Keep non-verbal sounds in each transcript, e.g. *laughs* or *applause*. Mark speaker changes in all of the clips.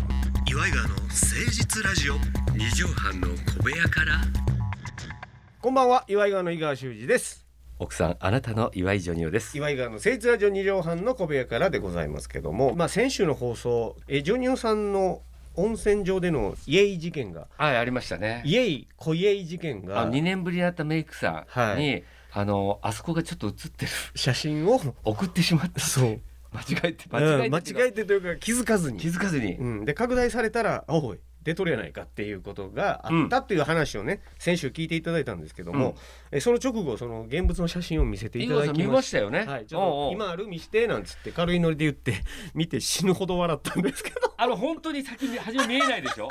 Speaker 1: イガーの誠実ラジオ
Speaker 2: 二畳半の小部屋から
Speaker 3: こんばんは岩井川の井川修司です
Speaker 2: 奥さんあなたの岩井ジョニオです
Speaker 3: 岩井川の誠実ラジオ二畳半の小部屋からでございますけどもまあ先週の放送えジョニオさんの温泉場でのイエイ事件が
Speaker 2: はいありましたね
Speaker 3: イエイ小イエイ事件
Speaker 2: あ
Speaker 3: が
Speaker 2: 2年ぶりに会ったメイクさんに、
Speaker 3: は
Speaker 2: あのあそこがちょっと映ってる *laughs*
Speaker 3: 写真を
Speaker 2: 送ってしまった
Speaker 3: そう
Speaker 2: 間違えて間
Speaker 3: 間違
Speaker 2: 違えて,、
Speaker 3: えてというか気づかずに
Speaker 2: 気づかずに、
Speaker 3: うん、で拡大されたら「あおい出とるやないか」っていうことがあったっていう話をね、先週聞いていただいたんですけども、えその直後その現物の写真を見せて
Speaker 2: 飯
Speaker 3: い
Speaker 2: ご
Speaker 3: ただ
Speaker 2: さん
Speaker 3: き
Speaker 2: 見
Speaker 3: ま
Speaker 2: ま
Speaker 3: し
Speaker 2: したよね、
Speaker 3: た。はい、ちょっと
Speaker 2: おうおう
Speaker 3: 今ある見してなんつって軽いノリで言って *laughs* 見て死ぬほど笑ったんですけど
Speaker 2: あの本当に先に初め見えないでしょ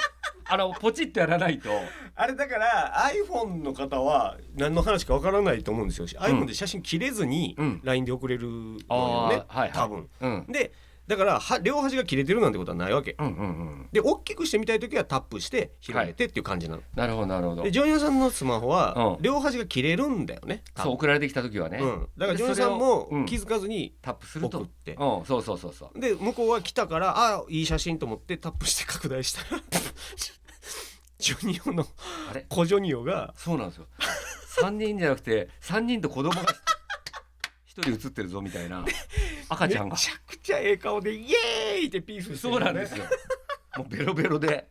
Speaker 2: あのポチッとやらな
Speaker 3: *laughs*
Speaker 2: いと
Speaker 3: *laughs* あれだから iPhone の方は何の話かわからないと思うんですよ、iPhone で写真切れずに
Speaker 2: うん
Speaker 3: LINE で送れるのよ
Speaker 2: あ
Speaker 3: ね、
Speaker 2: ーはいはい
Speaker 3: 多分。
Speaker 2: うん
Speaker 3: でだからは両端が切れてるなんてことはないわけ
Speaker 2: うんうんうん
Speaker 3: で大きくしてみたい時はタップして広げてっていう感じなの。
Speaker 2: なるほどなるほど
Speaker 3: でジョニオさんのスマホは
Speaker 2: うん
Speaker 3: 両端が切れるんだよね。
Speaker 2: そう送られてきた時はね、
Speaker 3: うん、だから
Speaker 2: で
Speaker 3: ジョニオさん
Speaker 2: それをう
Speaker 3: も
Speaker 2: ん
Speaker 3: 気づかずに、
Speaker 2: タップすると
Speaker 3: 送って
Speaker 2: うん、そうそうそうそう
Speaker 3: で向こうは来たからあいい写真と思ってタップして拡大したらジョニオの
Speaker 2: あれ
Speaker 3: 小ジョニオが
Speaker 2: そうなんですよ三人じゃなくて三人と子供が一人写ってるぞみたいな赤
Speaker 3: め
Speaker 2: ち
Speaker 3: ち
Speaker 2: ゃ
Speaker 3: ゃ
Speaker 2: んが
Speaker 3: くちゃええ顔でイエーイってピースして
Speaker 2: そう
Speaker 3: る
Speaker 2: な
Speaker 3: よ
Speaker 2: ん
Speaker 3: ね
Speaker 2: ですよもうベロベロで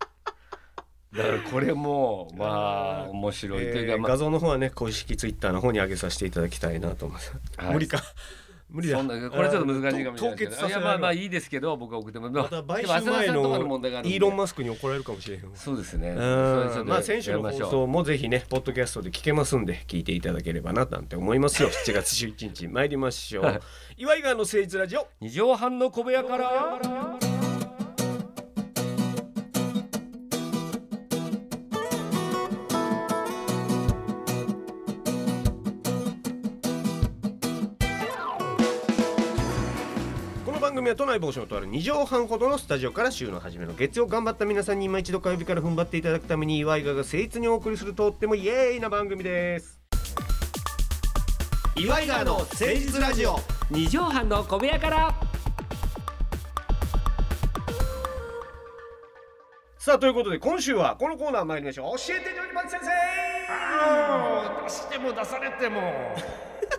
Speaker 2: だからこれもまあ
Speaker 3: あー
Speaker 2: 面白いという
Speaker 3: え
Speaker 2: か、
Speaker 3: ー
Speaker 2: まあ
Speaker 3: 画像の方はね公式ツイッターの方に上げさせていただきたいなと思います、
Speaker 2: はい
Speaker 3: 無理か無理だ
Speaker 2: そんなこれちょっと難しいかもしれないですけ
Speaker 3: 凍結
Speaker 2: ど
Speaker 3: さ
Speaker 2: い
Speaker 3: せ
Speaker 2: や
Speaker 3: られる
Speaker 2: まあまあいいですけど僕は送ってもまあ
Speaker 3: また買
Speaker 2: でも
Speaker 3: 収
Speaker 2: 浅田
Speaker 3: 前
Speaker 2: さんとかの
Speaker 3: の
Speaker 2: 問題があるんで
Speaker 3: イーロン・マスクに怒られるかもしれない
Speaker 2: そうですねそれちょっ
Speaker 3: う
Speaker 2: と
Speaker 3: んまあ先週の
Speaker 2: や
Speaker 3: 放
Speaker 2: りましょう
Speaker 3: 送もぜひねポッドキャストで聞けますんで聞いていただければななんて思います *laughs* よ7月11日参りましょ
Speaker 2: はいう
Speaker 3: 岩井川の誠実ラジオ
Speaker 2: 二畳半の小部屋から
Speaker 3: この番組は都内某所のとある2畳半ほどのスタジオから週の初めの月曜頑張った皆さんに今一度火曜日から踏ん張っていただくために岩井川が誠実にお送りするとってもイエーイな番組です岩井川の誠実ラジオ
Speaker 2: 二畳半の小部屋から
Speaker 3: さあということで今週はこのコーナー参りましょう教えてジョニパンチ先生
Speaker 2: 出しても出されても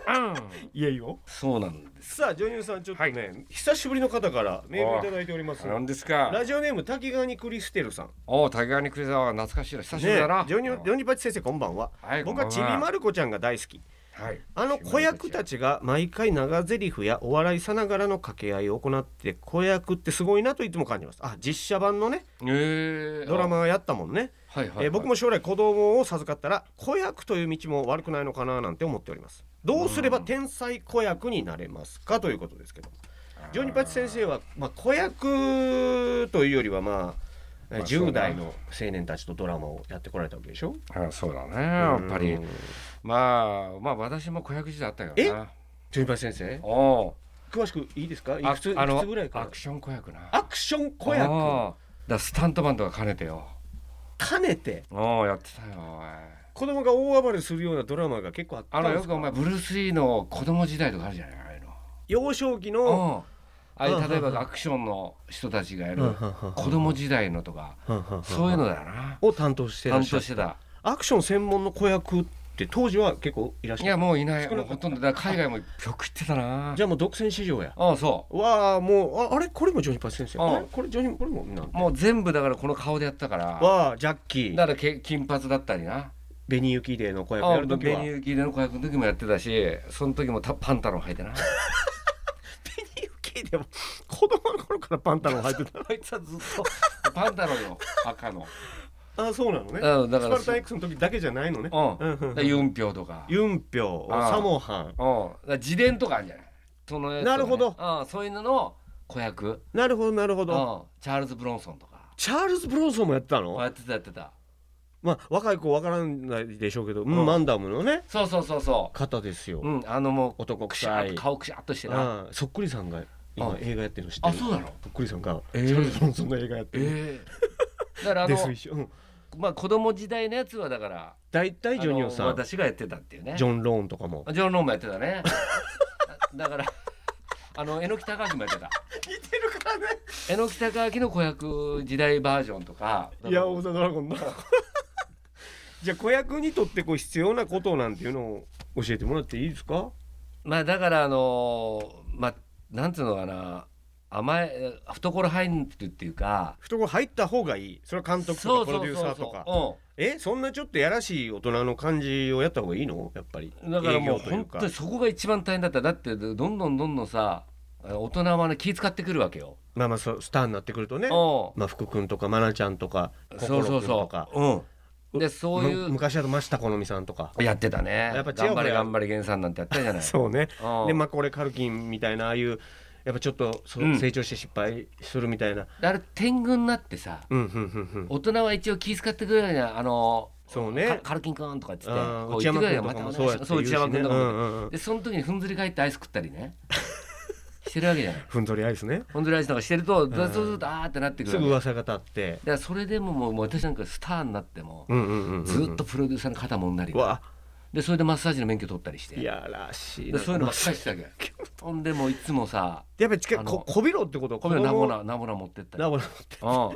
Speaker 2: うん
Speaker 3: いやいよ
Speaker 2: そうなんです
Speaker 3: さあジョニオさんちょっとね、久しぶりの方からメールいただいております
Speaker 2: なんですか
Speaker 3: ラジオネーム滝川にクリステルさん
Speaker 2: おお、滝川にクリスは懐かしいな。久しぶり
Speaker 3: ね
Speaker 2: だな。
Speaker 3: ジョニオジョニパチ先生こんばんは、
Speaker 2: はい
Speaker 3: 僕
Speaker 2: こんばん
Speaker 3: は
Speaker 2: は
Speaker 3: ちびまる子ちゃんが大好き
Speaker 2: はい。
Speaker 3: あの子役たちが毎回長台詞やお笑いさながらの掛け合いを行って子役ってすごいなといつも感じますあ実写版のね
Speaker 2: えー、
Speaker 3: ドラ。マやったもんね、
Speaker 2: はいはい、
Speaker 3: えー僕も将来子供を授かったら子役という道も悪くないのかななんて思っておりますどうすれば天才子役になれますかということですけどジョニパチ先生は、まあ、子役というよりはまあ
Speaker 2: まあそうね
Speaker 3: 10代の青年たちとドラマをやってこられたわけでしょ
Speaker 2: あそうだね。やっぱり
Speaker 3: うん。
Speaker 2: まあ、まあ、私も子役時代あったからな。
Speaker 3: ジョニパチ先生
Speaker 2: おお
Speaker 3: 詳しくいいですかい
Speaker 2: ー。
Speaker 3: くつい
Speaker 2: ああの
Speaker 3: くつぐらいか
Speaker 2: ア
Speaker 3: ら
Speaker 2: クション子役な。
Speaker 3: アクション子
Speaker 2: お
Speaker 3: 役
Speaker 2: ーだからスタントマンとか兼ねてよ。
Speaker 3: 兼ねて
Speaker 2: おお、やってたよ。おい
Speaker 3: 子供が大暴れするようなドラマが結構あった
Speaker 2: あ
Speaker 3: んで
Speaker 2: の、
Speaker 3: すか
Speaker 2: よくお前、ブルース・リーの子供時代とかあるじゃない、ああいうの。
Speaker 3: 幼少期
Speaker 2: う
Speaker 3: の
Speaker 2: ん。ああいう、例え
Speaker 3: うんうんうん
Speaker 2: ばアクションの人たちがや
Speaker 3: うんう
Speaker 2: る
Speaker 3: んうんうん
Speaker 2: 子供時代のとか、そういうのだよな。
Speaker 3: を担当してらっ
Speaker 2: 担
Speaker 3: しゃ
Speaker 2: 当
Speaker 3: る
Speaker 2: してた。
Speaker 3: アクション専門の子役って当時は結構いらっし
Speaker 2: い
Speaker 3: ゃ
Speaker 2: や
Speaker 3: る
Speaker 2: もういない
Speaker 3: 少な
Speaker 2: も
Speaker 3: かった
Speaker 2: うほとんどだから海外もよく行ってたな
Speaker 3: じゃあもう独占市場や
Speaker 2: ああそ
Speaker 3: わあもうああれこれもジョニーパチ先生
Speaker 2: うん
Speaker 3: あれこれジョニーこれもなん
Speaker 2: うもう全部だからこの顔でやったからだ
Speaker 3: わあジャッキー
Speaker 2: からけ金髪だったりな
Speaker 3: 紅ユキデーの子役や
Speaker 2: あ
Speaker 3: ると
Speaker 2: ベニ
Speaker 3: きは
Speaker 2: ユキでの子役の時もやってたしその時もたパンタロン履いてな
Speaker 3: 紅ユキデーも子供の頃からパンタロン履いてた
Speaker 2: あいつはずっとパンタロンよ赤の
Speaker 3: *laughs* あそうなのね
Speaker 2: うんだ
Speaker 3: ス
Speaker 2: か
Speaker 3: パ
Speaker 2: ら
Speaker 3: ルタン X の時だけじゃないのね
Speaker 2: うん
Speaker 3: うんうんう
Speaker 2: だ
Speaker 3: ん
Speaker 2: からユンピョウとかうん
Speaker 3: ユンピョ
Speaker 2: あ
Speaker 3: ウ
Speaker 2: あ
Speaker 3: サモハン
Speaker 2: だから自伝とかあるんじゃないそのやつと
Speaker 3: な
Speaker 2: かね
Speaker 3: るほど
Speaker 2: ああそういうのの子役うん
Speaker 3: なるほどなるほ
Speaker 2: チ
Speaker 3: ど
Speaker 2: ャールズ・ブロンソンとか
Speaker 3: チャールズ・ブロンソンもやってたの
Speaker 2: やってたやってた
Speaker 3: まあ若い子わからないでしょうけど、うん
Speaker 2: うん
Speaker 3: マンダムのね
Speaker 2: そうそうそうそ
Speaker 3: 方ですよ、
Speaker 2: ううんあのもう
Speaker 3: 男
Speaker 2: くし
Speaker 3: 臭
Speaker 2: ゃっと
Speaker 3: い
Speaker 2: 顔くしゃっとしてな
Speaker 3: ああそっくりさんが
Speaker 2: あ
Speaker 3: 今
Speaker 2: あ
Speaker 3: 映画やってるの知って
Speaker 2: あ
Speaker 3: る
Speaker 2: そうなの
Speaker 3: そっくりさんが、
Speaker 2: ええ
Speaker 3: チャールズ・ブロンソンの映画やってる、
Speaker 2: え
Speaker 3: *laughs*
Speaker 2: えだからあ
Speaker 3: です
Speaker 2: の、
Speaker 3: 一緒うん
Speaker 2: まあ、子供時代のやつはだから
Speaker 3: 大体ジョニオ
Speaker 2: あ
Speaker 3: さ
Speaker 2: の
Speaker 3: ん
Speaker 2: 私がやってたっていうね *laughs*
Speaker 3: ジョン・ローンとかも
Speaker 2: ジョンローンもやってたねだからあの榎木隆明もやってた
Speaker 3: 似てるからね
Speaker 2: 榎木隆明の子役時代バージョンとか
Speaker 3: いや大沢ドラゴンだ *laughs* じゃあ子役にとってこう必要なことなんていうのを教えてもらっていいですか
Speaker 2: まあだからあのーまあなんつうのかな甘え懐入るっていうか
Speaker 3: 懐入った方がいいそれは監督とかプロデューサーとか
Speaker 2: そ
Speaker 3: えそんなちょっとやらしい大人の感じをやった方がいいのやっぱり
Speaker 2: うそううんだからもう
Speaker 3: 営業とい
Speaker 2: 本
Speaker 3: か
Speaker 2: 当にそこが一番大変だっただってどんどんどんどんさ大人はね気使ってくるわけよ。
Speaker 3: まあまあそうスターになってくるとね
Speaker 2: うん
Speaker 3: まあ福君とか愛菜ちゃんとか
Speaker 2: そうそ
Speaker 3: 心
Speaker 2: う
Speaker 3: 君とか
Speaker 2: そう。うん、でそうい
Speaker 3: む
Speaker 2: う
Speaker 3: 昔だと真下好美さんとか
Speaker 2: やってたね。
Speaker 3: やっぱ違う
Speaker 2: 頑張れ
Speaker 3: や
Speaker 2: 頑張れ源さんなんてやったじゃない。
Speaker 3: そうね
Speaker 2: うん
Speaker 3: でまあこれカルキンみたいなああいうやっぱちょっとそう
Speaker 2: うん
Speaker 3: 成長して失敗するみたいな
Speaker 2: あれ天狗になってさ
Speaker 3: うんうんうんうん
Speaker 2: 大人は一応気遣ってくれるじゃんあの
Speaker 3: そうね
Speaker 2: かカルキンくんとかっつって
Speaker 3: あー
Speaker 2: こう
Speaker 3: 内
Speaker 2: 言って
Speaker 3: 山
Speaker 2: くれ
Speaker 3: 君と
Speaker 2: るよま
Speaker 3: か
Speaker 2: た
Speaker 3: も
Speaker 2: お願
Speaker 3: そうやっ
Speaker 2: いしま
Speaker 3: て
Speaker 2: すそう内
Speaker 3: 言う
Speaker 2: 山
Speaker 3: しね
Speaker 2: 君
Speaker 3: う
Speaker 2: とかも
Speaker 3: んうんうん
Speaker 2: でその時にふんずり返ってアイス食ったりねしてるわけじゃない
Speaker 3: ふんぞりアイスね
Speaker 2: ふんずりアイスなんかしてるとず
Speaker 3: ん
Speaker 2: っとずっとあーってなってくる
Speaker 3: すぐ
Speaker 2: わけ
Speaker 3: 噂が立って
Speaker 2: だからそれでももうもう私なんかスターになっても
Speaker 3: うんうんうんうん
Speaker 2: ずっとプロデューサーの肩もんなり
Speaker 3: うわ
Speaker 2: でそれでマッサージの免許取ったりして
Speaker 3: いやらしい
Speaker 2: で
Speaker 3: な
Speaker 2: そういうのばっかりしてたわけほんでもういつもさ
Speaker 3: やっぱり近
Speaker 2: あ
Speaker 3: い
Speaker 2: の
Speaker 3: ここびろってこと
Speaker 2: これナボ
Speaker 3: ナ
Speaker 2: ナナボナ持ってったり
Speaker 3: ナボナ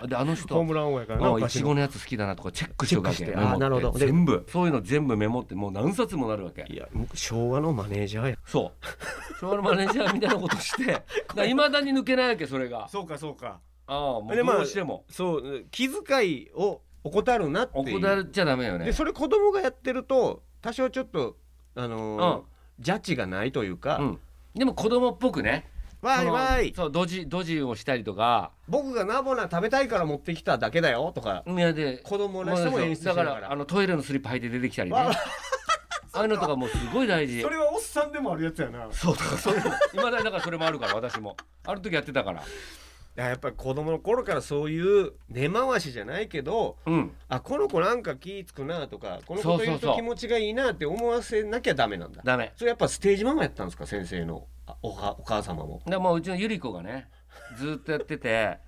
Speaker 2: うんであの人
Speaker 3: ホームラン王やからな
Speaker 2: うん
Speaker 3: お
Speaker 2: い
Speaker 3: 菓
Speaker 2: ち
Speaker 3: 子
Speaker 2: ご
Speaker 3: の
Speaker 2: のやつ好きだなとかチェックしておくわけ
Speaker 3: チェックして
Speaker 2: メモって
Speaker 3: あーなるほどで
Speaker 2: 全部そういうの全部メモってもう何冊もなるわけ
Speaker 3: いや昭和のマネージャーや
Speaker 2: そう昭和のマネージャーみたいなこと
Speaker 3: *laughs*
Speaker 2: していまだに抜けないわけそれが
Speaker 3: そうかそうか
Speaker 2: ああもう
Speaker 3: でまあ
Speaker 2: どうしても
Speaker 3: そう気遣いを怠るなっていう
Speaker 2: 怠っちゃダメよね
Speaker 3: でそれ子供がやってると多少ちょっとあのー
Speaker 2: うん
Speaker 3: ジャッジがないというか、
Speaker 2: うんでも子供っぽくね
Speaker 3: わーい
Speaker 2: その
Speaker 3: わーい
Speaker 2: そうドジドジをしたりとか
Speaker 3: 僕がナボナ食べたいから持ってきただけだよとか
Speaker 2: いやで
Speaker 3: 子供の人も演出し
Speaker 2: だ
Speaker 3: な
Speaker 2: か
Speaker 3: がら
Speaker 2: らあのトイレのスリッパ履いて出てきたりね
Speaker 3: わあ
Speaker 2: *laughs* ああいうのとかもうすごい大事
Speaker 3: れはおっさんでもあるやつやな
Speaker 2: そうとか *laughs* それもいまだにだからそれもあるから私もある時やってたから
Speaker 3: やっぱり子供の頃からそういう根回しじゃないけど
Speaker 2: うん
Speaker 3: あこの子なんか気ぃつくなとかこの子とい
Speaker 2: そう
Speaker 3: る
Speaker 2: そうそう
Speaker 3: と気持ちがいいなって思わせなきゃダメなんだ
Speaker 2: ダメ
Speaker 3: それやっぱステージママやったんですか先生のあおはお母様も
Speaker 2: でもううちのゆり子がねずっとやってて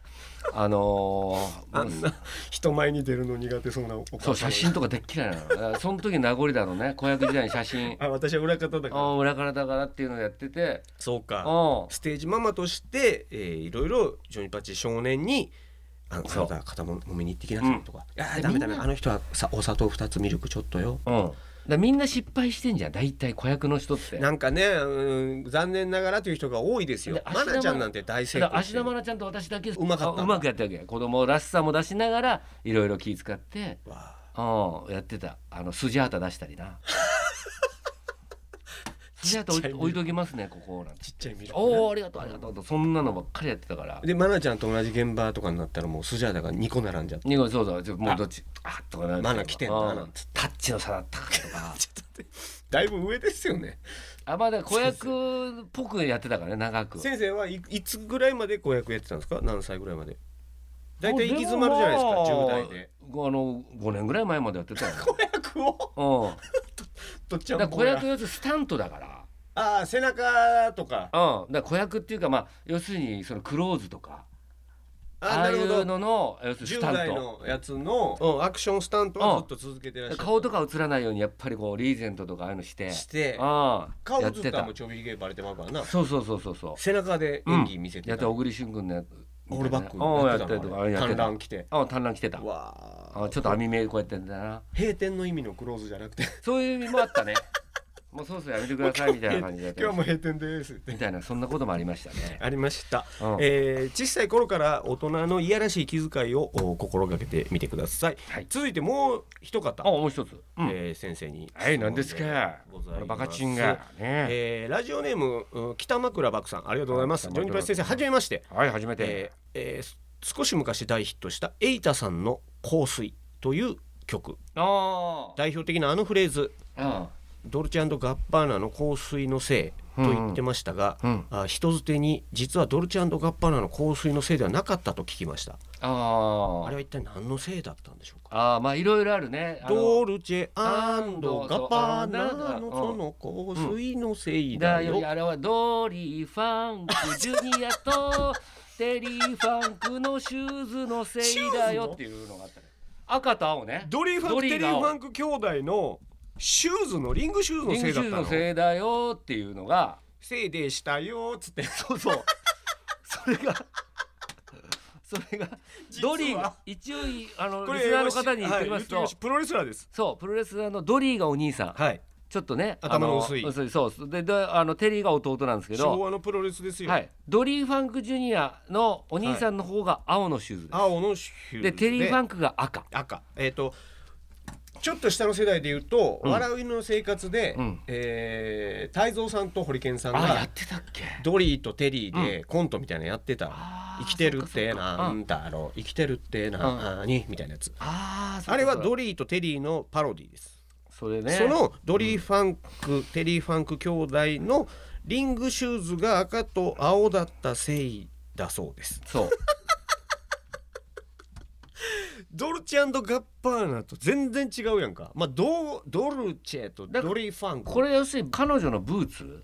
Speaker 2: あのー
Speaker 3: 人前に出るの苦手そうなお
Speaker 2: そう写真とかでっ嫌いなのだからその時名残だろうね子役時代に写真
Speaker 3: あ私は裏方だ
Speaker 2: あ裏からだからっていうのをやってて
Speaker 3: そうか
Speaker 2: あ
Speaker 3: ステージママとして、えー、いろいろジョニーパッチ少年に「あの
Speaker 2: そう
Speaker 3: 体肩も揉みに行ってきなさい」とか「いやーダメダメ
Speaker 2: みんな
Speaker 3: あの人はさお砂糖2つミルクちょっとよ
Speaker 2: うんだからみんな失敗してんじゃん大体子役の人っ」て
Speaker 3: なんかね、うん、残念ながらという人が多いですよ
Speaker 2: で
Speaker 3: マナちゃんなんて大成
Speaker 2: だから
Speaker 3: 功
Speaker 2: 芦田愛菜ちゃんと私だけ
Speaker 3: うまかったんだ
Speaker 2: あうまくやったわけ子供らしさも出しながらいろいろ気遣って
Speaker 3: わあ
Speaker 2: うんやってたあのスジャータ出した
Speaker 3: *laughs*
Speaker 2: りなスジャータ置い置いときますねここなんて
Speaker 3: ちっちゃいミルク
Speaker 2: お
Speaker 3: ね
Speaker 2: おありがとうありがとうとそんなのばっかりやってたから
Speaker 3: でマナちゃんと同じ現場とかになったらもうスジャーダが2個並んじゃって
Speaker 2: 二号そうそうちょもうどっちあっとかな
Speaker 3: マナ来てんだ
Speaker 2: う
Speaker 3: なんつって
Speaker 2: タッチの差だったかと
Speaker 3: *laughs* ち
Speaker 2: か
Speaker 3: ょっと待ってだいぶ上ですよね
Speaker 2: あまあだから子役っぽくやってたからね長く
Speaker 3: 先生はいいつぐらいまで子役やってたんですか何歳ぐらいまで大体行き詰まるじゃないですか10代 *laughs* で
Speaker 2: あの五年ぐらい前までやってたよ
Speaker 3: 子役を
Speaker 2: うん
Speaker 3: とっち
Speaker 2: だ
Speaker 3: ゃ
Speaker 2: から
Speaker 3: う
Speaker 2: 子役要するにスタントだから
Speaker 3: ああ背中とか
Speaker 2: うん、だから子役っていうかまあ要するにそのクローズとか
Speaker 3: あ
Speaker 2: あ
Speaker 3: な
Speaker 2: あい
Speaker 3: るほ
Speaker 2: う
Speaker 3: ど
Speaker 2: のの要する
Speaker 3: 10
Speaker 2: にスタ
Speaker 3: 代
Speaker 2: ント
Speaker 3: のやつの、うん、アクションスタントはずっと続けてらっしゃる
Speaker 2: 顔とか映らないようにやっぱりこうリーゼントとかああいうのして
Speaker 3: して
Speaker 2: ああ
Speaker 3: 顔映
Speaker 2: や
Speaker 3: っ
Speaker 2: って
Speaker 3: たら
Speaker 2: た
Speaker 3: もうちょびひげバレてまうからな
Speaker 2: そうそうそうそうそう
Speaker 3: 背中で演技見せて
Speaker 2: やって
Speaker 3: た、
Speaker 2: 小栗旬君のやつ
Speaker 3: オールバック
Speaker 2: うん
Speaker 3: や
Speaker 2: や
Speaker 3: って
Speaker 2: っ
Speaker 3: て
Speaker 2: た
Speaker 3: た
Speaker 2: りと
Speaker 3: の
Speaker 2: か
Speaker 3: あ
Speaker 2: あ
Speaker 3: れ
Speaker 2: やって
Speaker 3: 観
Speaker 2: た
Speaker 3: 覧来て
Speaker 2: あ短覧着てた
Speaker 3: わあ
Speaker 2: あちょっと網目こうやってんだな
Speaker 3: 閉店の意味のクローズじゃなく
Speaker 2: *laughs*
Speaker 3: て
Speaker 2: そういう意味もあったね *laughs* もうそうそうやめてくださいみたいな感じでやって
Speaker 3: 今
Speaker 2: ま
Speaker 3: 日
Speaker 2: し
Speaker 3: も閉店ですって
Speaker 2: たみたいなそんなこともありましたね
Speaker 3: ありました、
Speaker 2: うん
Speaker 3: えー小さい頃から大人のいやらしい気遣いをお心がけてみてください、
Speaker 2: はい
Speaker 3: 続いてもう一
Speaker 2: あ
Speaker 3: 方、
Speaker 2: もう一つ、うん
Speaker 3: えー先生に
Speaker 2: はい何ですか
Speaker 3: ございます
Speaker 2: あのバカチンがね、
Speaker 3: えーラジオネームうん北枕漠さんありがとうございます
Speaker 2: 北
Speaker 3: ジョ
Speaker 2: 枕
Speaker 3: ニーパイ先生はじめまして、
Speaker 2: はい初めて、
Speaker 3: えーえーす少し昔大ヒットしたエイタさんの「香水」という曲
Speaker 2: あ
Speaker 3: 代表的なあのフレーズ
Speaker 2: あ
Speaker 3: ドルチェガッバーナの香水のせいと言ってましたが、
Speaker 2: うんうん
Speaker 3: あ人捨てに実はドルチェガッバーナの香水のせいではなかったと聞きました
Speaker 2: あ
Speaker 3: あれ
Speaker 2: あ
Speaker 3: は一体何のせいだったんでしょうか
Speaker 2: ああまあいろいろあるねあの
Speaker 3: ドルチェガッバーナのその香水のせいだ
Speaker 2: だ
Speaker 3: よ、
Speaker 2: よりあれはドリーファンクジュニアとテリーファンクのシューズのせいだよっていうのがあったね赤と青ね
Speaker 3: ドリーファン
Speaker 2: ド
Speaker 3: ク
Speaker 2: リ
Speaker 3: テ
Speaker 2: ー
Speaker 3: リ
Speaker 2: が
Speaker 3: ー
Speaker 2: 青
Speaker 3: ファンク兄弟のシューズのリングシューズの
Speaker 2: リン
Speaker 3: せ
Speaker 2: グ
Speaker 3: い
Speaker 2: シ
Speaker 3: だ
Speaker 2: ュ
Speaker 3: っ
Speaker 2: ーズ
Speaker 3: た
Speaker 2: の
Speaker 3: の
Speaker 2: せいだよっていうのが
Speaker 4: せいでしたよっつって
Speaker 2: そうそうそれが *laughs* それが
Speaker 4: 実は
Speaker 2: ドリーが一応あの
Speaker 4: こ
Speaker 2: *laughs* リ
Speaker 4: れ
Speaker 2: スナーの方に言っておき
Speaker 4: は
Speaker 2: ま
Speaker 4: い
Speaker 2: す
Speaker 4: 言って
Speaker 2: と
Speaker 4: おきまプロレスラーです
Speaker 2: そうプロレスラーのドリーがお兄さん
Speaker 3: はい
Speaker 2: ちょっとねあ
Speaker 3: 頭の薄い
Speaker 2: そうそうでであのテリーが弟なんですけ
Speaker 3: 昭
Speaker 2: ど、
Speaker 3: 和のプロレスですよ、
Speaker 2: はい、ドリー・ファンク・ジュニアのお兄さんの方が青のシューズです、
Speaker 3: 青のシューズ
Speaker 2: でテリー・ファンクが赤
Speaker 3: 赤えっ、とちょっと下の世代で言うと「
Speaker 2: ん
Speaker 3: 笑いの生活で」
Speaker 2: うん
Speaker 3: えー泰造さんとホリケンさん
Speaker 2: あや
Speaker 3: が
Speaker 2: ってたっけ
Speaker 3: ドリーとテリーでコントみたいなのやってた、
Speaker 2: あー
Speaker 3: 生きてるって
Speaker 2: そっかそっか
Speaker 3: な
Speaker 2: うん
Speaker 3: んだろう生きてるってなに、みたいなやつ
Speaker 2: あーそっか
Speaker 3: あれは
Speaker 2: そっか
Speaker 3: ドリーとテリーのパロディです
Speaker 2: それね
Speaker 3: そのドリーファンク、テリーファンク兄弟のリングシューズが赤と青だったせいだそうです
Speaker 2: そう
Speaker 3: ドルチェガッパーナと全然違うやんかまあドドルチェとドリーファンク
Speaker 2: これ要するに彼女のブーツ、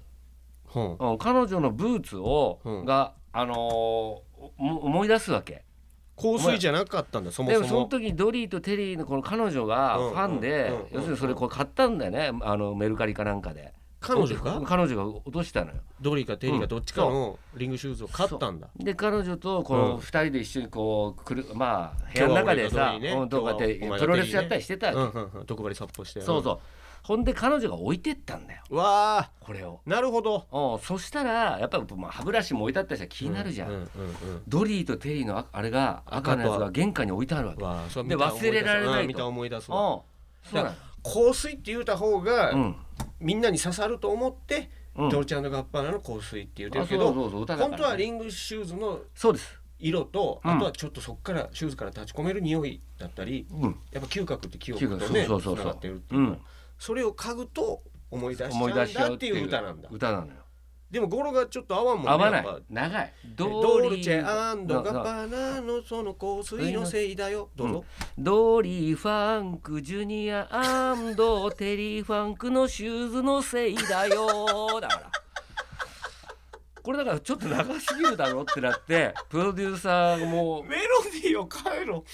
Speaker 3: うん
Speaker 2: うん、彼女のブーツを、
Speaker 3: うん
Speaker 2: があのー思思い出すわけ
Speaker 3: 香水じゃなかったんだそも
Speaker 2: で
Speaker 3: そ
Speaker 2: も
Speaker 3: も
Speaker 2: その時にドリーとテリーのこの彼女が
Speaker 3: うん
Speaker 2: ファン
Speaker 3: うん
Speaker 2: で
Speaker 3: うんうん
Speaker 2: 要するにそれこう買ったんだよねあのメルカリかなんかで
Speaker 3: 彼女が
Speaker 2: 彼女が落としたのよ
Speaker 3: ドリーかテリーかどっちかのリングシューズを買ったんだ
Speaker 2: で彼女とこ
Speaker 3: うん
Speaker 2: の2人で一緒にこうくるまあ部屋の中で
Speaker 3: 今日は俺がドリ
Speaker 2: さ
Speaker 3: ーね
Speaker 2: うんとかって
Speaker 3: 今日はお前が
Speaker 2: プロレスやったりしてた
Speaker 3: うんう
Speaker 2: わ
Speaker 3: んうん毒針殺法して
Speaker 2: けそうそうほんで彼女が置いてったんだよ
Speaker 3: うわあ
Speaker 2: これを
Speaker 3: なるほど
Speaker 2: うんそしたらやっぱまあ歯ブラシも置いてあったりしたら気になるじゃ
Speaker 3: うんうん
Speaker 2: ん
Speaker 3: うん
Speaker 2: ドリーとテリーのああれが赤のやつが玄関に置いてあるわけ
Speaker 3: うわあそれ
Speaker 2: で
Speaker 3: 見たら思い出す
Speaker 2: 忘れられないと
Speaker 3: うん見たら思い出すわ
Speaker 2: うんそうな
Speaker 3: 香水って言うた方が、
Speaker 2: の
Speaker 3: みんなに刺さると思って、
Speaker 2: うん
Speaker 3: ドルチェガッパーナの香水って言うてる
Speaker 2: あ
Speaker 3: け
Speaker 2: そう
Speaker 3: ど
Speaker 2: そうそう歌だから
Speaker 3: 本当はリングシューズの
Speaker 2: そうです
Speaker 3: 色と、
Speaker 2: うん
Speaker 3: あとはちょっとそこからシューズから立ち込める匂いだったり
Speaker 2: うん
Speaker 3: やっぱ嗅覚って記憶とね
Speaker 2: 嗅覚そうそうそうそう
Speaker 3: つながってるっていうから
Speaker 2: うん
Speaker 3: それを嗅ぐと思い出し
Speaker 2: 思い
Speaker 3: ちゃう
Speaker 2: 出
Speaker 3: ん
Speaker 2: しち
Speaker 3: だ
Speaker 2: ゃ
Speaker 3: っ
Speaker 2: う
Speaker 3: ていう歌なんだ
Speaker 2: 歌なのよ
Speaker 3: でも語呂がちょっと合わんもんね
Speaker 2: 合わない
Speaker 3: やっぱ
Speaker 2: 長い
Speaker 3: ドルチェガ
Speaker 2: なな
Speaker 3: ッパーナのその香水のせいだよどうぞ、
Speaker 2: ドリー・ファンク・ジュニアテリー・ファンクのシューズのせいだよだからこれだからちょっと長すぎるだろってなってプロデューサーも
Speaker 4: メロディーを変えろ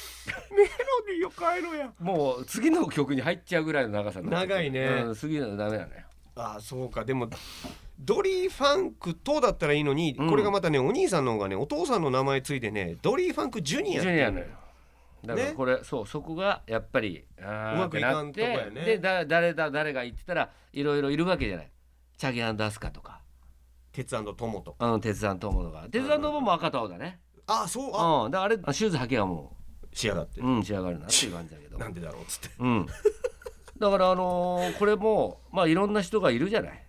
Speaker 4: メロディーを変えろや
Speaker 2: もう次の曲に入っちゃうぐらいの長さになってて
Speaker 3: 長いね
Speaker 2: うん、過ぎるのダメなのよ
Speaker 3: ああそうかでもドリーファンクとだったらいいのに、
Speaker 2: うん
Speaker 3: これがまたねお兄さんの方がねお父さんの名前ついてねドリーファンクジュニ
Speaker 2: ジ
Speaker 3: アって
Speaker 2: ュ
Speaker 3: いう
Speaker 2: ニアのよだから
Speaker 3: ね
Speaker 2: これ、そうそこがやっぱりあー
Speaker 3: うまくいかんとこやね
Speaker 2: ってなってでだ誰だ誰が言ってたらいろいろいるわけじゃないチャギアンダスカとか
Speaker 3: 鉄トモと
Speaker 2: あの鉄腕友のが鉄腕友も赤と青だね
Speaker 3: ああそうあ
Speaker 2: うん、だからあれシューズ履けばも
Speaker 3: 仕上がって
Speaker 2: う、うん、仕上がるなっていう感じだけど
Speaker 3: な、んでだろうっつって
Speaker 2: うん、だからあのーこれもまあいろんな人がいるじゃない、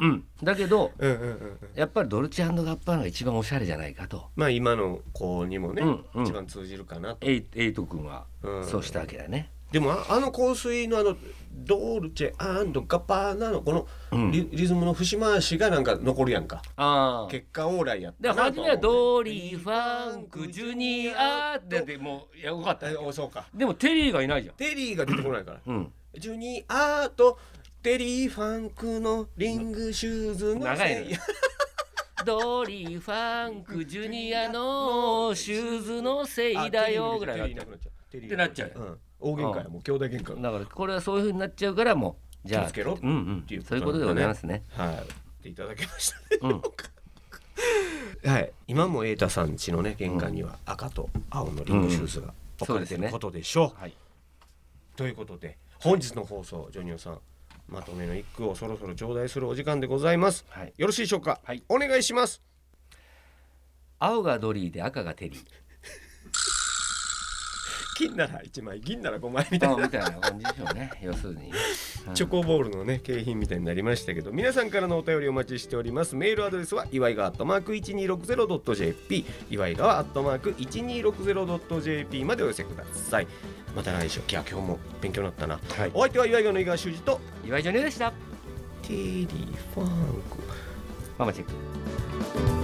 Speaker 2: うん、だけど
Speaker 3: うんうんうん
Speaker 2: やっぱりドルチェガッパーナが一番おしゃれじゃないかと
Speaker 3: まあ今の子にもね、
Speaker 2: うんうん
Speaker 3: 一番通じるかなと、
Speaker 2: エイエイト君は
Speaker 3: うん
Speaker 2: そうしたわけだね、
Speaker 3: でもああの香水のあのドルチェガッパーナのこの
Speaker 2: うん
Speaker 3: リ,、リズムの節回しがなんか残るやんか
Speaker 2: ああ
Speaker 3: 結果オーライやっ
Speaker 2: で
Speaker 3: たな
Speaker 2: 初
Speaker 3: と
Speaker 2: めは
Speaker 3: 思
Speaker 2: ド
Speaker 3: う
Speaker 2: リー・ファンク・ジュニアってでもういやよかった
Speaker 3: えおそうか
Speaker 2: でもテリーがいないじゃん
Speaker 3: テリーが出てこないから
Speaker 2: うん
Speaker 3: ジュニアとテリーファンクのリングシューズの
Speaker 2: 長いね
Speaker 3: せ
Speaker 2: ドリー・ファンク・ジュニアのシューズのせいだよぐらいだ
Speaker 3: テ
Speaker 2: っ
Speaker 3: リー
Speaker 2: た
Speaker 3: なくなっちゃうテリー
Speaker 2: ってなっち
Speaker 3: う
Speaker 2: ゃう
Speaker 3: ん大喧嘩やもう兄弟喧嘩
Speaker 2: だからこれはそういう風になっちゃうからもうじゃあ
Speaker 3: 気をつけろ
Speaker 2: うんうん
Speaker 3: ていうこと
Speaker 2: そういうことでございますね。
Speaker 3: はいっていただきました
Speaker 2: うん
Speaker 3: はい今も瑛太さん家のね玄関には赤と青のリングシューズが置かれて
Speaker 2: そうです
Speaker 3: る
Speaker 2: ね
Speaker 3: ことでしょう
Speaker 2: はい。
Speaker 3: ということで本日の放送ジョニオさんまとめの一句をそろそろ頂戴するお時間でございます
Speaker 2: はい。
Speaker 3: よろしいでしょうか
Speaker 2: はい
Speaker 3: お願いします
Speaker 2: 青がドリーで赤がテリー。
Speaker 3: 金なら1枚銀なら5枚みたい
Speaker 2: まあ
Speaker 3: な
Speaker 2: みたいな感じでしょうね。要する
Speaker 3: *laughs*
Speaker 2: に。
Speaker 3: チョコボールのね景品みたいになりましたけど皆さんからのお便りお待ちしておりますメールアドレスは祝いがアットマーク 1260.jp 祝いがアットマーク 1260.jp までお寄せくださいまた来週いや今日も勉強になったな
Speaker 2: はい
Speaker 3: お。相手は祝いがの井川修司と
Speaker 2: 岩井ジョニオでした。
Speaker 3: テリーファンク
Speaker 2: ママチェッ
Speaker 3: 「
Speaker 2: ク。